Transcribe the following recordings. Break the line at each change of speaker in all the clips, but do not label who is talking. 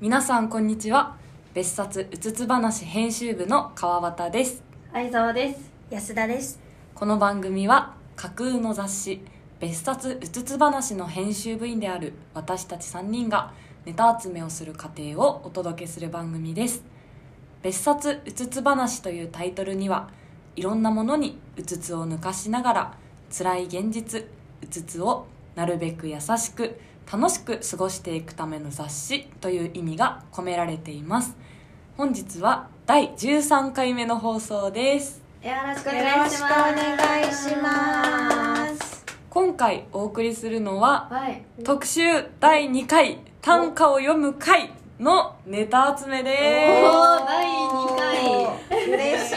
皆さんこんにちは別冊うつつ話編集部の川端です
相沢です
安田です
この番組は架空の雑誌別冊うつつ話の編集部員である私たち3人がネタ集めをする過程をお届けする番組です別冊うつつ話というタイトルにはいろんなものにうつつを抜かしながら辛い現実うつつをなるべく優しく楽しく過ごしていくための雑誌という意味が込められています本日は第13回目の放送です
よろしくお
よ
願
ろ
い
し
し
くお
ます
願いします
今回お送りするのは
はい
特集第2回短歌を読む会のネタ集め
お
で
ー第二回
嬉し
す
い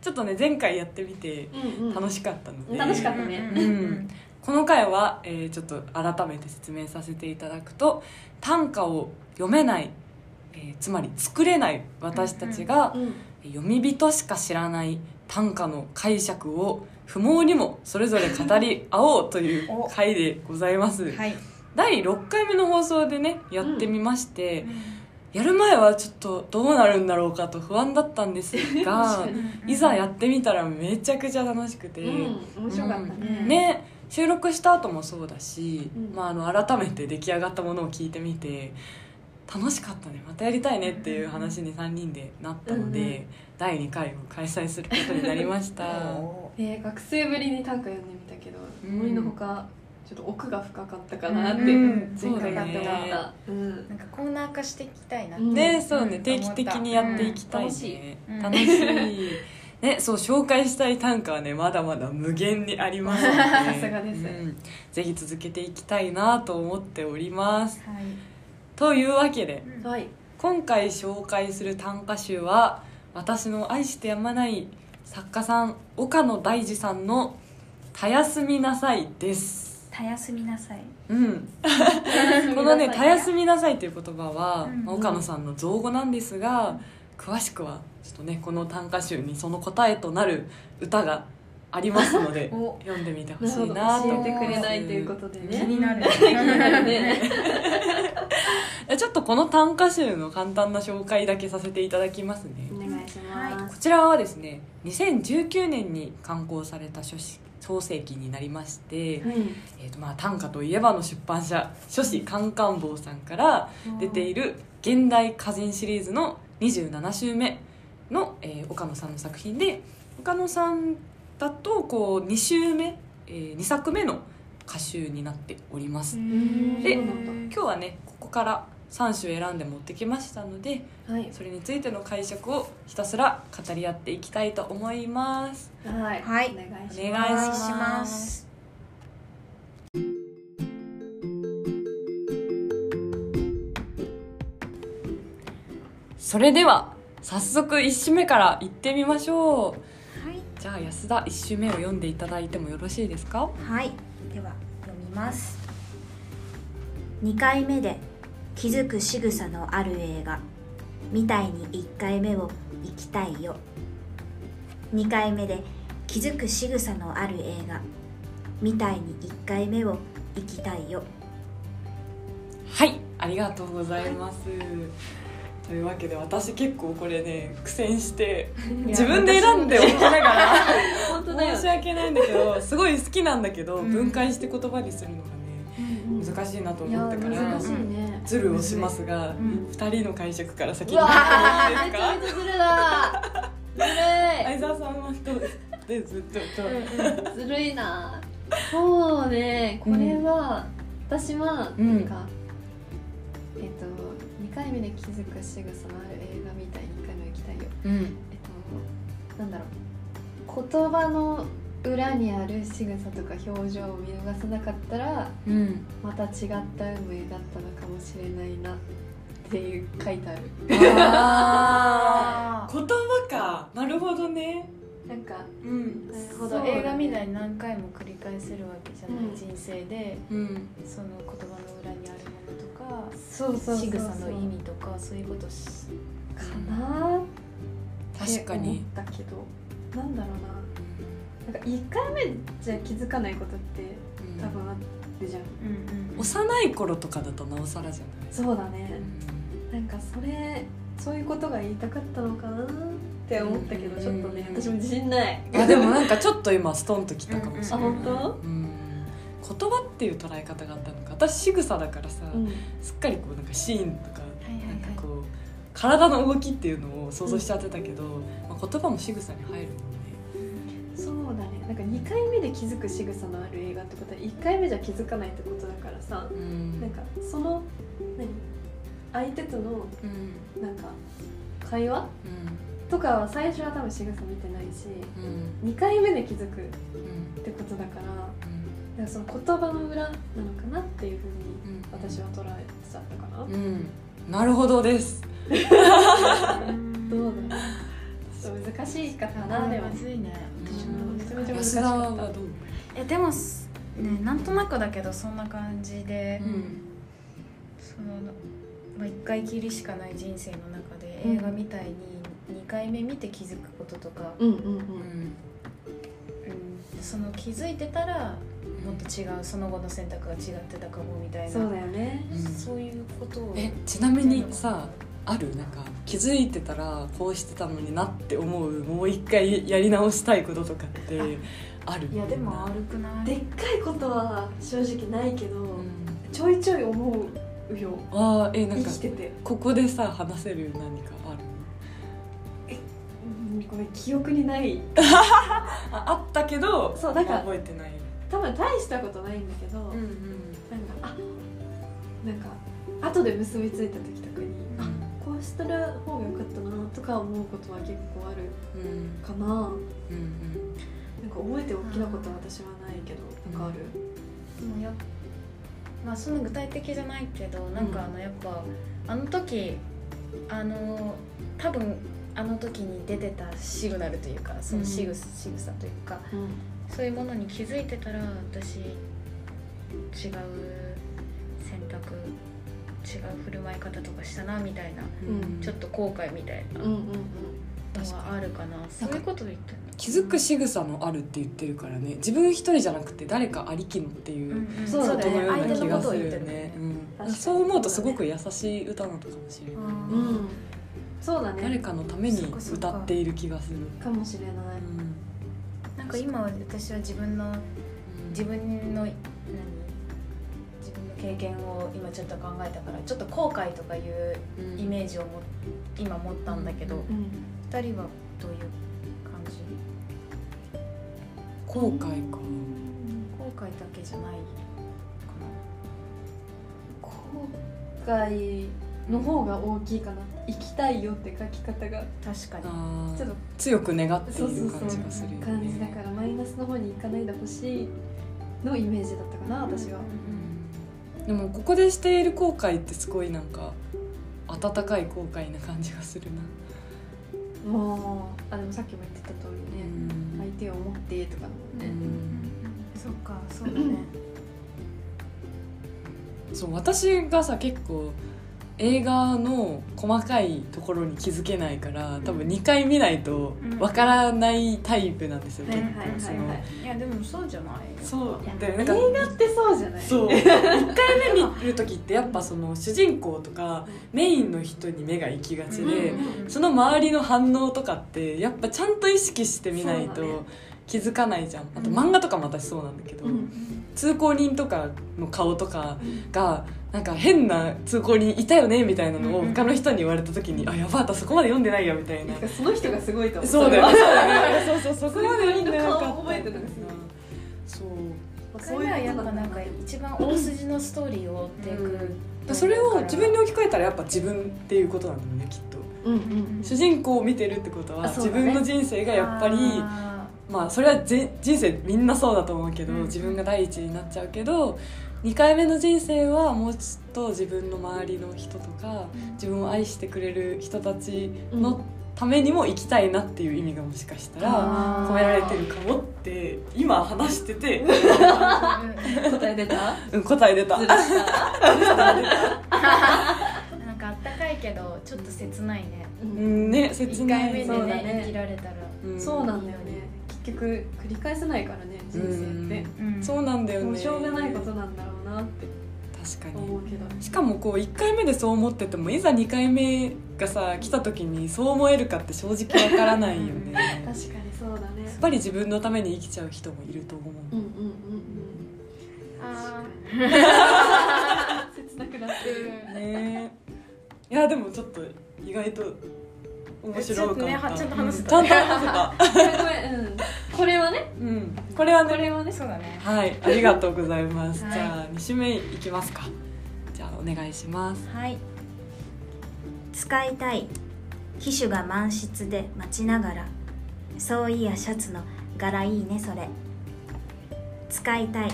ちょっとね前回やってみて
うんうん
楽しかったので、
うん楽しかったね
うん
う
うん
ん、この回は、えーちょっと改めて説明させていただくと短歌を読めない、えーつまり作れない私たちが
うん
読み人しか知らない短歌の解釈を不毛にもそれぞれ語り合おうという
お
回でございます、
はい
第6回目の放送でねやってみまして、やる前はちょっとどうなるんだろうかと不安だったんですがいざやってみたらめちゃくちゃ楽しくて、
うん面白かったね
うん
ね収録した後もそうだし、
うん
まあ、あの改めて出来上がったものを聞いてみて楽しかったねまたやりたいねっていう話に3人でなったので、
うんうん
第2回を開催することになりま した
お
えー学生ぶりに短歌読んでみたけど、
うん
思いのほかちょっと奥が深かったかなって、
うん
前回
そうだ
やっ
ね
て思った、うん
ーなんかコーナー化していきたいな
うん
ねそうね、
うん
定期的にやっていきたいね、
うん
楽しいねそう紹介したい短歌はねまだまだ無限にありますので
さすがです
うんぜひ続けていきたいなと思っております
はい
というわけで、
うん
はい
今回紹介する短歌集は私の愛してやまない作家さん岡野大二さんの「たやすみなさい」です。
たやすみなさい
うん、こ
こ
のね「たや
す
すみなさい」という言葉は、
うん
まあ岡野さんの造語なんですが詳しくはちょっとねこの短歌集にその答えとなる歌がありますの で
お
読んでみてほ
なる
し
ほ
い
ど
なと
教
思い
えて
ます
くれないということで
気
ね
になる
ね
えちょっとこの短歌集の簡単な紹介だけさせていただきますね。
お願いしま
こ
す、
ちらはですね2019年に刊行された書誌創世記になりまして、
はい
えーとまあ、短歌といえばの出版社書誌カンカン坊さんから出ている現代歌人シリーズの27週目の、えー岡野さんの作品で岡野さんだとこう2週目、え2作目の歌集になっております、
うん
で
そう
今日はねここから3種選んで持ってきましたので
はい
それについての解釈をひたすら語り合っていきたいと思います
はい、
はい
お願い
お
し
願
ま
お願い
いし
し
ま
ますす
それでは早速1首目からいってみましょ
はい、
うじゃあ安田1首目を読んでいただいてもよろしいですか
はい、では読みます2回目で気づく仕草のある映画みたいに1回目を行きたいよ2回目で気づく仕草のある映画みたいに1回目を行きたいよ
はいありがとうございます、というわけで私結構これね苦戦して
す
自分で選んでおきながら
本当だよ
申し訳ないんだけどすごい好きなんだけど
うん
分解して言葉にするのがね難しいなと
いや
思ったから
難しいね
ズルをしますが
ん
2人の解釈から先
う
に
わ
いい
ー
で
め
す
ちゃ
か
めちゃずるだ
相沢さんはどうですでずっとと、
ずるいずるいなそうねこれは、私は
うん
なんか、えっと2回目で気づく仕草のある映画みたいに1回目行きたいよ
うん
えっと、なんだろう言葉の裏にある仕草とか表情を見逃さなかったら
うん、
また違った運命だったのかもしれないなっていう書いてある
あー言葉かなるほどね
なんか
うん
なる
ほど映画見ない何回も繰り返せるわけじゃない、
うん
人生で
うん
その言葉の裏にあるものとか
そうそうそうそう
仕草の意味とかそういうことし
かなーって
確かに
思ったけどなんだろうななんか1回目じゃ気づかないことって
うん
多分あるじゃん、
うんうん
幼い頃とかだとなおさらじゃない
そうだねなんかそれそういうことが言いたかったのかなって思ったけどちょっとね
うん
私も自信ない
いやでもなんかちょっと今ストンときたかもしれない、
うんうんあ本
うん言葉っていう捉え方があったのか私仕草だからさ、
うん
すっかりこうなんかシーンとか
はいはい
なんか
は
こう体の動きっていうのを想像しちゃってたけど、まあ、言葉も仕草に入る
そうだねなんか2回目で気づく仕草のある映画ってことは1回目じゃ気づかないってことだからさ
もん
な
ね。
んかその何相手との
うんうん
なんか会話とかは最初は多分仕草見てないし
うんうん
2回目で気づくっ
うん
てことだからな
う
んかその言葉の裏なのかなっていうふうに
ん
私は捉えちゃったかな、
うんなるほどです
どうだろうちょっと難しいかなでも
まずいね
私もめちゃめちゃ難し
安田
か
は
った
どう、
えでもすねなんとなくだけどそんな感じで、
うん
そのまあ、1回きりしかない人生の中で
うん
映画みたいに2回目見て気づくこととか、
うんうんう
うんん
その気づいてたらもっと違うその後の選択が違ってたかもみたいな
そうだよね
うん
そういうことを
えちなみにさあるなんか気づいてたらこうしてたのになって思うもう一回やり直したいこととかってある
いやでも悪くない
でっかいことは正直ないけど、
うん
ちょいちょい思うよ
あーえなん
生
か
きてて、
ここでさ話せる何かある
うん、ごめん記憶にない
ああったけど
そうなんか
覚えてない
多分大したことないんだけど、
うん
なんかあなんか後で結びついた時とかに
うん
あこうしたら方が良かったなとか思うことは結構ある
うん
かな
うんうん
なんか覚えて大きなことは私はないけどなんかある
もうやっまあその具体的じゃないけどなんかあのやっぱあの時あの多分あの時に出てたシグナルというかその仕草、仕草というか
うん
そういうものに気づいてたら私違う選択違う振る舞い方とかしたなみたいな
うん
うん
ち
ち
ょ
ょ
っ
っ
と
と後悔みたいな
うんうんうん
のはあるかなそういうこと言ってんの
気づく仕草もあるって言ってるからね自分一人じゃなくて誰かありきのっていう、
うん
そうだね
ことのような
相手
気
の
が
ことを
す
言
る
っ
よ
てる
ね
ね
う
確か
ん
に
そう思うとすごく優しい歌なのかもしれない
うんそうだね
誰かのために歌っている気がする
かもしれな
う
い
ん
なんか今私は自分の自分の何自分の経験を今ちょっと考えたからちょっと後悔とかいう
うん
イメージをも今持ったんだけど、
うん
うん
二人はどういう感じ
後悔か
後悔だけじゃないか
後悔の方が大きいかな行きたいよって書き方が
な確かに
あー
ちょっと
強く願ってい
そうそう
る
そう
感じがするよね
感じだからマイナスの方に行かないでほしいのイメージだったかな私は
うんでもここでしている後悔ってすごいなんか温かい後悔な感じがするな、
もうあでもさっきも言ってた通りね、
うん
相手を思ってとかだもんね、
そっかそうだね
そう私がさ結構映画の細かいところに気づけないから多分2回見ないとわからないタイプなんですよ、
はいはい
結構その、
はいはい
いやでもそうじゃない
そう
いや
でなんか
映画ってそうじゃない
そう1回目見る時ってやっぱその主人公とかメインの人に目が行きがちで、
うん
その周りの反応とかってやっぱちゃんと意識してみない
そうだ
と気づかないじゃん、あと
うん
漫画とかも私そうなんだけど、
うん
通行人とかの顔とかがなんか変な通行人いたよねみたいなのを
うん
他の人に言われた時に「あやばあたそこまで読んでないよ」みた いな
てかその人がすごいと思う
そうだよねそうだよねそうそうそこまで読んでなか
通行人の顔
っ
覚
た
えてるんですね
そう
それはやっぱなんか一番大筋のストーリーを追っていく、
だからそれを自分に置き換えたらやっぱ自分っていうことなんだよねきっと
うんうん
主人公を見てるってことは
あそう
自
だね
分の人生がやっぱり
あ
まあそれはぜ人生みんなそうだと思うけど、
うん
自分が第一になっちゃうけど2回目の人生はもうちょっと自分の周りの人とか自分を愛してくれる人たちのためにも生きたいなっていう意味がもしかしたら
あ
込められてるかもって今話してて、
ーうん
答え出た
うん、答え出た。
なんかあったかいけどちょっと切ないね
うんね切
1
な
回
い
目で
そうだ
ね
ね
生きられたら
うん
そうなんだよね結局繰り返せないからね人生って
うん
そうなんだよ
もう
ね
しょうがないことなんだろうなって
確確かに
思うけど
しかもこう1回目でそう思っててもいざ2回目がさ来た時にそう思えるかって正直わからないよね
確かにそうだね
やっぱり自分のために生きちゃう人もいると思う、
うんうんうんうん
あ
確かに切なくなってる
ねえいやでもちょっと意外と面白かった、
ちょっとねはちゃんと
うん
話せ
ちゃ
た
んと話せた、
ごめん、うん、これはね
うん、これは
こ
ね
れはね
そうだね
はいありがとうございます、
はい
じゃあ2週目いきますかじゃあお願いします
はい使いたい機種が満室で待ちながらそういやシャツの柄いいねそれ使いたい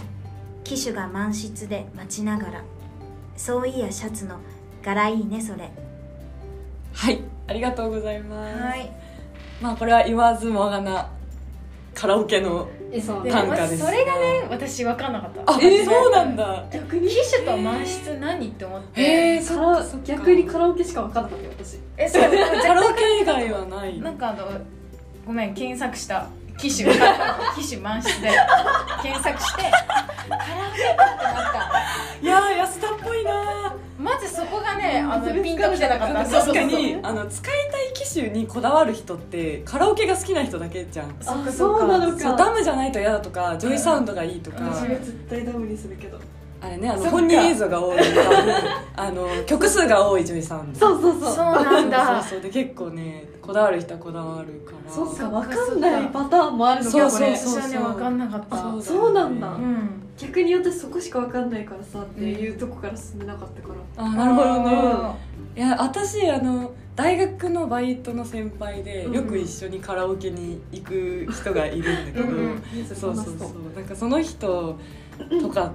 機種が満室で待ちながらそういやシャツの柄いいねそれ
はいありがとうございます、
はい
まあこれは言わずもがなカラオケの
えそう
短歌です、
それがね私分かんなかった
あ、えそうなんだ
逆
機
に
種と満室何って思って
へえ
え
そ
カ
っ
ラ
か
オ
そっか
逆にカラオケしか分かんなかったよ私
そう
カラオケ以外は ない
なんかあのごめん検索した機種機種満室で検索してカラオケだってなった
いやー安田っぽいな
まずそこがねあ
そ
の
れ
ピンときてなかった
ー
そ
確
うそうそ
か
う
にあの使いたい機種にこだわる人ってカラオケが好きな人だけじゃん
そっか
あ
そっか
そうなの
そう
か
ダムじゃないと嫌だとかジョイサウンドがいいとか
私は絶対ダムにするけど
あれねあの
そっか
本人映像が多い 多分あの曲数が多いジョイサウンド
そうそう
そう
そう
なんだ
そうそうそうで結構ねこだわる人はこだわるから
そっか
う
分かんないパターンもあるの
そ
か
う
こ
そう
れ
そう
私はね分かんなかった
そう
そうなんだ
うん
逆に私そこしか分かんないからさっていうとこから進めなかったから
あなるほどね
あ
いや私あの大学のバイトの先輩で
うん
よく一緒にカラオケに行く人がいるんだけど、
うんうん
そうそうそうなんかその人とか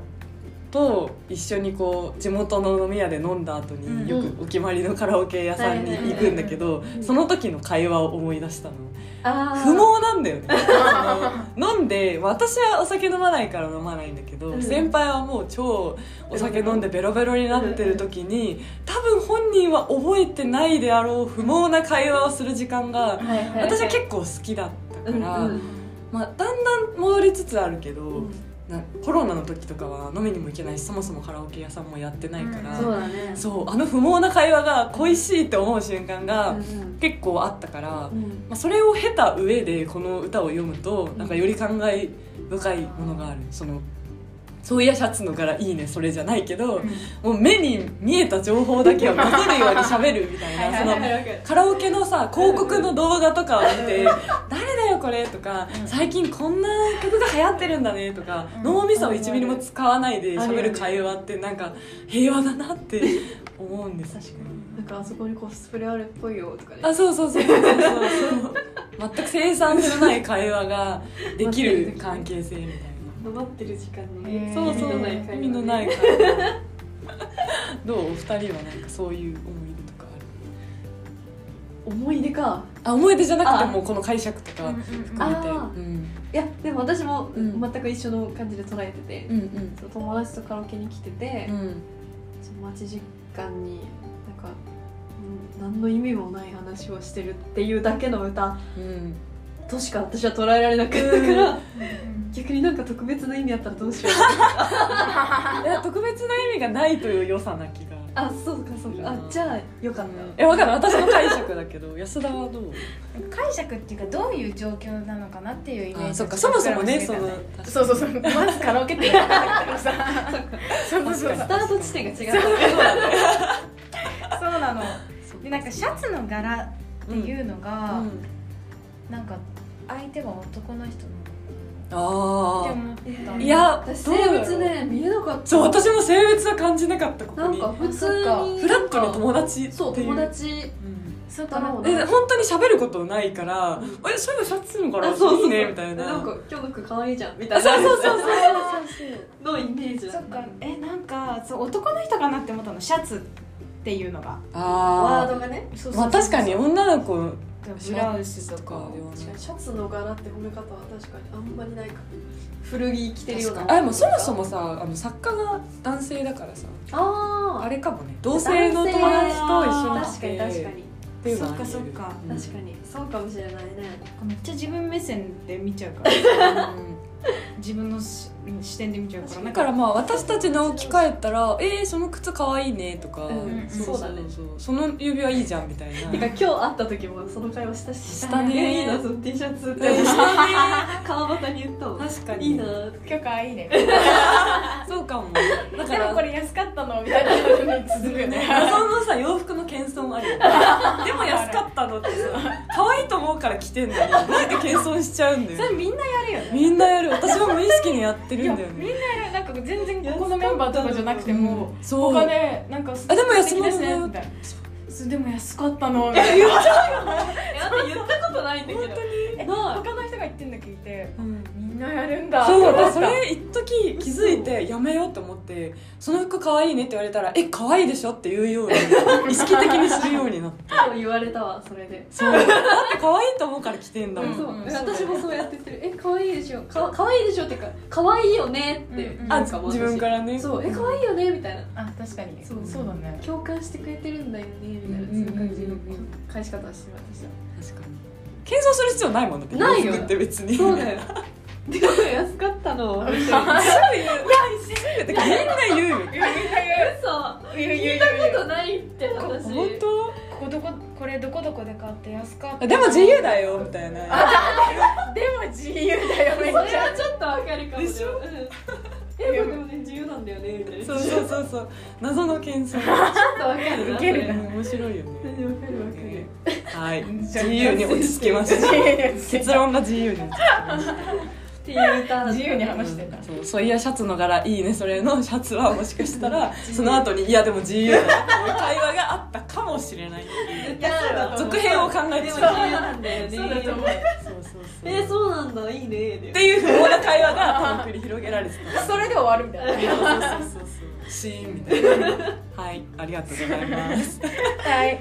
と一緒にこう地元の飲み屋で飲んだ後
うん
によくお決まりのカラオケ屋さんに行くんだけど
いはい
その時の会話を思い出したの
あー
不毛なんだよねあの飲んで私はお酒飲まないから飲まないんだけど、
うん
先輩はもう超お酒飲んでベロベロになってる時に多分本人は覚えてないであろう不毛な会話をする時間が
ーはいはい
私は結構好きだったから、
うんうん
まあ、だんだん戻りつつあるけど、
うん
なコロナの時とかは飲みにも行けないしそもそもカラオケ屋さんもやってないから、
そうだね
そうあの不毛な会話が恋しいって思う瞬間
う
が
んうん
結構あったから。
うん
まあ、それを経た上でこの歌を読むとなんかより感慨深いものがあるそのそういやシャツの柄いいねそれじゃないけど、もう目に見えた情報だけを残るように喋るみたいな
はいはい
その
わかる
カラオケのさ広告の動画とかを見て「誰だよこれ」とか「
うん
最近こんな曲が流行ってるんだね」とか
うん
脳みそを1ミリも使わないで喋る会話ってなんか平和だなって思うんです
確かになんかあそこにコスプレあるっぽいよとかね
あそうそうそうそうそうそう全く生産性のない会話ができる関係性みたい
黙ってる時間
へ
に
ー
なそうそう
意味のない
意味のないい会話どうお二人はなんかそういう思い出とかある
思い出か
あ思い出じゃなくてもこの解釈と
うんう
か
ん
含めて
あー
うん
いやでも私も
うん
全く一緒の感じで捉えてて
うんうん
そう友達とカラオケに来てて
うん
その待ち時間になんかうん何の意味もない話をしてるっていうだけの歌
うん
としか私は捉えられなかったから、
うん
逆になんか特別な意味あったらどうしよ
い
う
や特別な意味がないという良さな気が
あそうかそうかあじゃあよかっ
えわかる私の解釈だけど安田はどう
解釈っていうかどういう状況なのかなっていうイメー
あ
ジ
そっかそもそもねその
そうそうそうまずカラオケって言わなくて もさそうそうそう
たスタート地点が違う
そうなのでなんかシャツの柄っていうのが、
うんうん
なんか相手は男の人な
ああ
のって思った
いや
私
どうだ
性
ろう
別ね見えなかった
そう私も性別は感じなかったこ
な
こ
ん
に
か普通
あそ
に
フラットの友達っていう
そう友達
うん
そうかな
だろう
え本当に喋ることないから
うん
「えそういえばシャツのから
あ
い
そう
い
そう
ね」みたいな
なんか今日の服可愛いじゃんみたいな
そうそうそうそう
のイメージ
そ
だ
っかえなんかそう男の人かなって思ったのシャツっていうのが
ワー
あ
ドがね
そう
まあ確かに女の子
ブラウスと
とか
か
では
確か
ない
にシャツの柄って褒め方は確かにあんまりないかも古着着てるような
あでもそもそもさあの作家が男性だからさあ
あ
れかもね同性の友達と一緒に来て
確かに確かに
っていうのはあり
そっ
得
かそっ
る
か
うん
確かにそうかもしれないね
めっちゃ自分目線で見ちゃうから
うん
自分のし視点で見ちゃうから
だからまあ私たちの置き換えたら「えー、その靴かわいいね」とか、
うんそうだね
そうその指輪いいじゃんみたいな
てか今日会った時もその会話したし
したね
えいいなその T シャツって
うん
川端に言ったもん
確かに
いいな
許可いいね
そうかもだか
でも
ら
これ安かったのみたいなのに続くよ ね
謎のさ洋服の謙遜あるよねでも安かったのってさ可愛いと思うから着てんのになんで謙遜しちゃうんだ
そ
よ
れみんなやるよね
みんなやる私は無意識にやって
い
る
や
んだよ
みん
ね
なやるなんか全然ここのメンバーとかじゃなくても
そう
他でなんか
あでも安
素敵
物だ
で
よ
すねみたいなそうでも安かったのみたい
言
な
ったことないんだけど
え他の人が言ってんだ聞いて
うん
みんなやるんだ
そう
って思
だ
った
それ一時気づいてやめようと思ってその服可愛いねって言われたらえ可愛いでしょって言うように意識的にするようになって
今日言われたわそれで
そうだって可愛いと思うから着てんだもん、
そう、
うんうん
私もそうやって言ってる「え可愛いでしょか可愛いでしょ」っていうか「可愛いよね」って
うんうん
あ
なんかもう私
自分からね
そう「え可愛いよね」みたいな
あ確かに
そう
そうだ ね
共感してくれてるんだよねみたいなそういう感じの返し方をしてる私は
確かに謙遜する必要ないもんだって
ないよ
洋服って別に
そうだよでも安かったの嘘
だってみんな言うよ
みんなやる
聞いたことないって私
本当
ここどここれどこどこで買って安かった
でも自由だよみたいな
でも自由だよめっ
そ
ち
れ
ゃ
はちょっとわかるかもしれないうんえ僕もね自由なんだよねみたいな
そうそうそうそう謎の謙遜
ちょっとわかるな
ウケるな
面白いよね
わかるわかる
はい自由に落ち着きました結論が自由に落ち着きました
っていう歌
自由に話してた
そうそういやシャツの柄いいねそれのシャツはもしかしたらその後にいやでも自由だなっていう会話があったかもしれない続編を考えて
で
し
も自由
まう
なんだよね
そうだと思う
そうそうそう
えそうなんだいいねで
っていう不毛な会話が多分繰り広げられてた
それで終わるみたいな
そうそうそうそう シーンみたいなはいありがとうございます
はい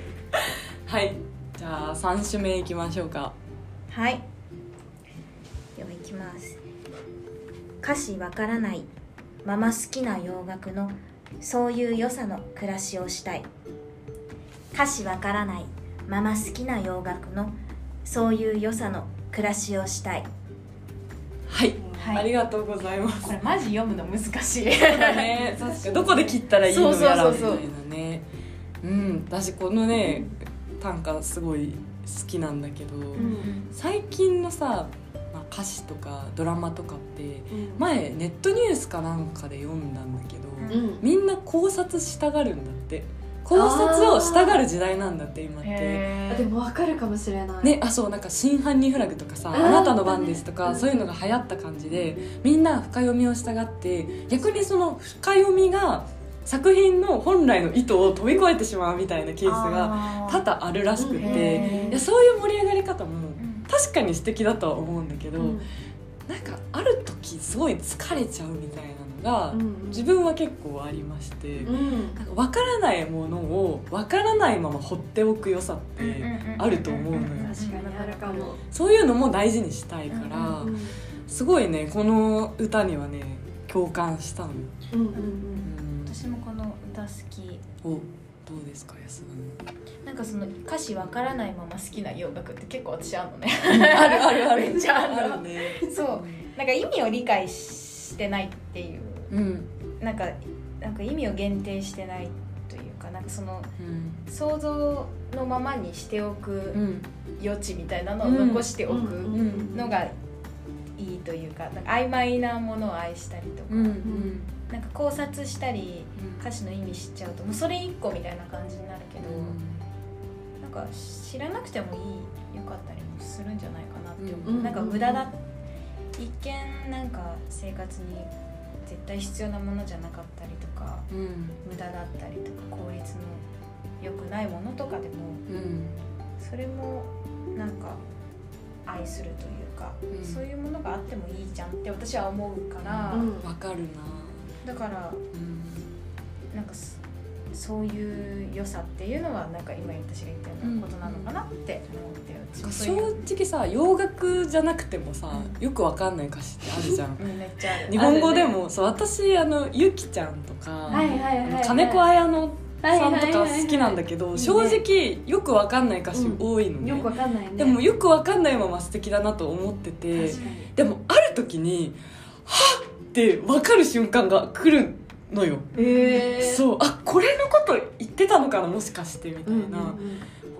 はいじゃあ三種目いきましょうか
はいではいきます歌詞わからないまま好きな洋楽のそういう良さの暮らしをしたい歌詞わからないまま好きな洋楽のそういう良さの暮らしをしたい
はい、
はい
ありがとうござい ます
これマジ読むの難しい
そうだね確かどこで切ったらいいのやら
そう
み
そう
た
そ
いう
そう
なねうん私このね短歌すごい好きなんだけど、
うん
最近のさ、まあ、歌詞とかドラマとかって前ネットニュースかなんかで読んだんだけど、
うん
うん
みんな考察したがるんだって考察をしたがる時代なんだって今って。
あでもわかるかもしれない
ね、あそうなんか「真犯人フラグ」とかさ「
あ
あ
ー
なたの番です」と
う
か
ん
そういうのが流行った感じでみんな深読みをしたがって逆にその深読みが作品の本来の意図を飛び越えてしまうみたいなケースが多
が
々あるらしく
うん
て
へー
いやそういう盛り上がり方も確かに素敵だとは思うんだけど
うん
なんかある時すごい疲れちゃうみたいなのが
うん
自分は結構ありまして。
うん
なんか分からないものを分からないまま放っておく良さってあると思うのよ
確かにあるかも
そういうのも大事にしたいから、
うんうん
すごいねこの歌にはね共感したのよ、
うん
私もこの歌好き
おどうですか安
なんかその歌詞わからないまま好きな洋楽って結構私あるのね
田のあるあるある
めっちゃある
るね
そうなんか意味を理解してないっていう
うん
なんかなんか意味を限定してないというかなんかその
うん
想像のままにしてお
う
く
ん
余地みたいなのを残してお
う
く
ん
のがいいというかなんか曖昧なものを愛したりとか、
うん
なんか考察したり歌
詞
詞の意味知っちゃうともうそれ一個みたいな感じになるけど、なんか知らなくてもいいよかったりもするんじゃないかなって思う、
うん
なんか無駄だ一見なんか生活に絶対必要なものじゃなかったりとか
うん
無駄だったりとか効率の良くないものとかでも
うん
それもなんか愛するというか、
うん
そういうものがあってもいいじゃんって私は思うから、
うん
わかるな
だから
うん
なんかそそういう良さっていうのはなんか今私が言ったようなことなのかなって思って私
なんか正
もそういう
直さ洋楽じゃなくてもさよくわかんない歌詞ってあるじゃん
うんめっちゃある
日本語でも、そう私あのゆきちゃんとか、
はいはいはいはい
金子綾乃さんと
はいはい
か
はいはい
好きなんだけど、
ね
正直よくわかんない歌詞多いのね、
よくわかんないね
でもよくわかんないまま素敵だなと思ってて
確かに
でもある時にって分かる瞬間が来るのよ、
ええ
そうあこれのこと言ってたのかなもしかしてみたいな、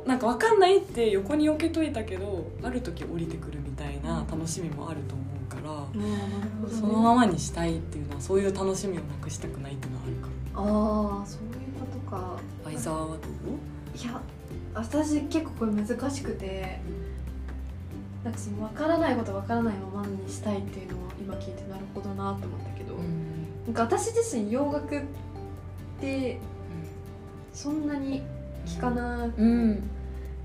なんか分かんないって横に置けといたけどある時降りてくるみたいな楽しみもあると思うから、そのままにしたいっていうのはそういう楽しみをなくしたくないっていうのはあるか
ああそういうことか。
らバイザーはどう
いや私結構これ難しくてなんかその分からないこと分からないままにしたいっていうのを今聞いてなるほどなと思ったけど、なんか私自身洋楽ってそんなに聞かなくて、
うん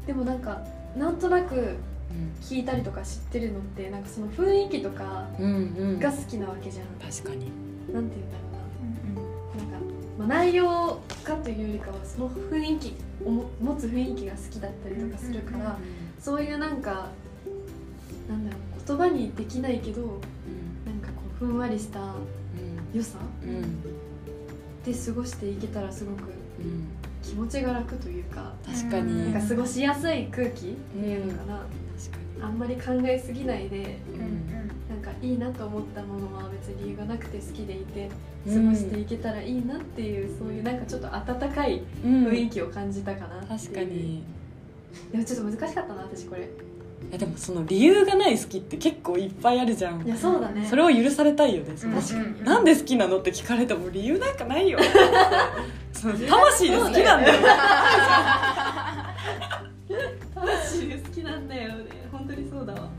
でもなんかなんとなく聞いたりとか知ってるのってなんかその雰囲気とか
うんうん
が好きなわけじゃん、
確かに
なんて言うんだろうななんか、まあ、内容かというよりかはその雰囲気をも持つ雰囲気が好きだったりとかするから、そういうなんかなんだろう言葉にできないけどなんかこうふんわりした良さ
うんうん
で過ごしていけたらすごく
うん
気持ちが楽というか
確か
う
に
ん
なんか過ごしやすい空気っていうのかな、
確か
あんまり考えすぎないで
に
なんかいいなと思ったものは別に理由がなくて好きでいて過ごしていけたらいいなっていう、そういうなんかちょっと温かい
うん
雰囲気を感じたかなっていう
確かに
でもちょっと難しかったな私これ
いやでもその理由がない好きって結構いっぱいあるじゃん
いやそうだね
それを許されたいよね、その
確かに
なんで好きなのって聞かれても理由なんかないよその魂で好きなんだよ
魂好きなんだよね本当にそうだわ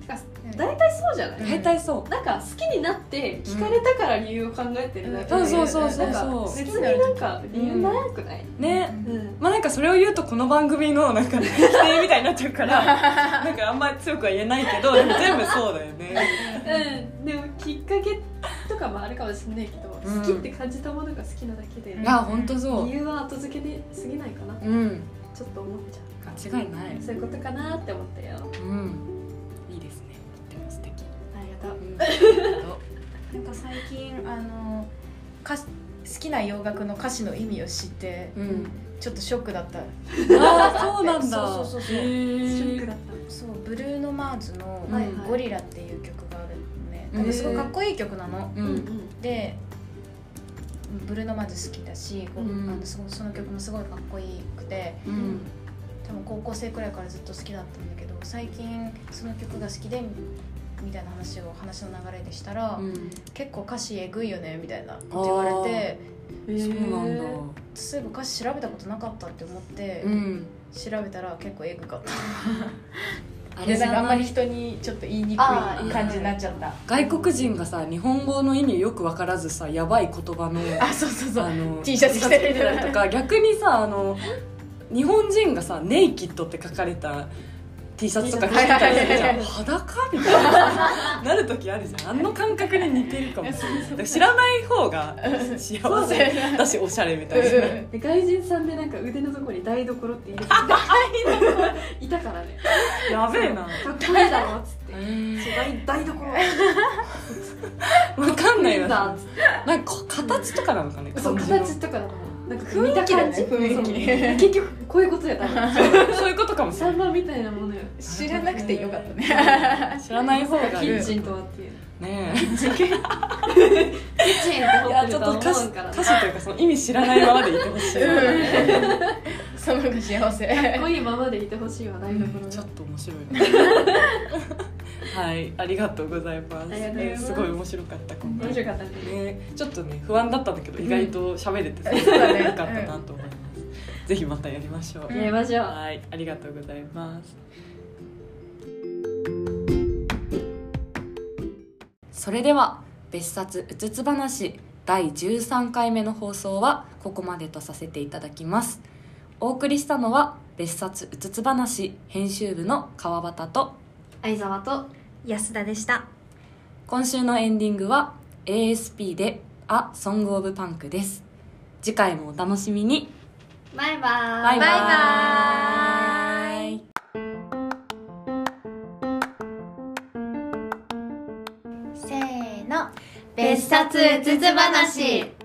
てか
ん
大体そうじゃない、
うん
大体そ
なんか好きになって聞かれたから理由を考えてるだけで、
うんそうそうそうそう
なんか
そう
別になんか理由なくない、
うね
うん
まあなんかそれを言うとこの番組のなん か規定みたいになっちゃうから なんかあんまり強くは言えないけどでも全部そうだよ ね
うんでもきっかけとかもあるかもしれないけど、
うん
好きって感じたものが好きなだけで、
うん
いや本当そ
理由は後付けですぎないかな
ううん
ちょっと思っちゃ
間違いないう
そういうことかなって思ったよ
うんいいですねとっても素敵
ありがとう
なんか最近あの歌詞好きな洋楽の歌詞の意味を知って
うん
ちょっとショックだった
ああそうなんだ
そうそうそうそう
へー
ショックだっ
そうブルーノ・マーズの
はい
「
はい
ゴリラ」っていう曲があるのね
うん
なんかすごいかっこいい曲なの、
う
た、
ん
でブルーノ・マーズ好きだし、こう
うん
あのすごいその曲もすごいかっこいいくて
うん
多分高校生くらいからずっと好きだったんだけど最近その曲が好きでみたいな話を話の流れでしたら、
うん
結構歌詞えぐいよねみたいなって言われて
そうなんだ
そういえば歌詞調べたことなかったって思って、
うん
調べたら結構えぐかった
あ
で
れじ
なんか
ゃ
あんま
ない
り人にちょっと言いにくい
あー
感じになっちゃった
外国人がさ日本語の意味よく分からずさやばい言葉の
あそうそうそう
あの
T シャツ着てる
T シャツ着とか逆にさあの日本人がさ「ネイキッド」って書かれた T シャツとか着てたりするじゃん裸みたいななる時あるじゃんあの感覚に似てるかもだから知らない方が幸せだしおしゃれみたいな
うん
で外人さんでなんか腕のところに台所って 入れてるいたからね
やべえな
かっこいいだろっつって台台所
分かんない
い
わ
いだっつって
なんかこう形とかなのかね
そう
感じの
形とかだと思うなんか雰囲気だよね
雰囲気
囲気結局こういうことやった ら
そういうことかもしれ
サ
な
ンマみたいなものよ
知らなくてよかったね
い知らない方が
キッ
ね
チンとはっていう
え
キッチンって
い
思っ
や
て
ち
る
ょっ
と
と
思
歌詞
うから
歌詞というかその意味知らないままでいてほしいな、
その方が幸せ
かっこいいままでいてほしいわ台所が
ちょっと面白いな はいありがとうございます
ありがとうございます
すごい面白かった今
面
回
白かったね
ねちょっとね不安だったんだけど意外と喋れてすごい
そうだね
良かったなと思います、ぜひまたやりましょう、
やりましょう
はいありがとうございますそれでは別冊うつつ話第13回目の放送はここまでとさせていただきますお送りしたのは別冊うつつ話編集部の川端と
相沢と
安田でした
今週のエンディングは ASP で「A Song of Punk」です次回もお楽しみに
バイバ
バイバ
バイ
イ
せーの
別冊うつつ話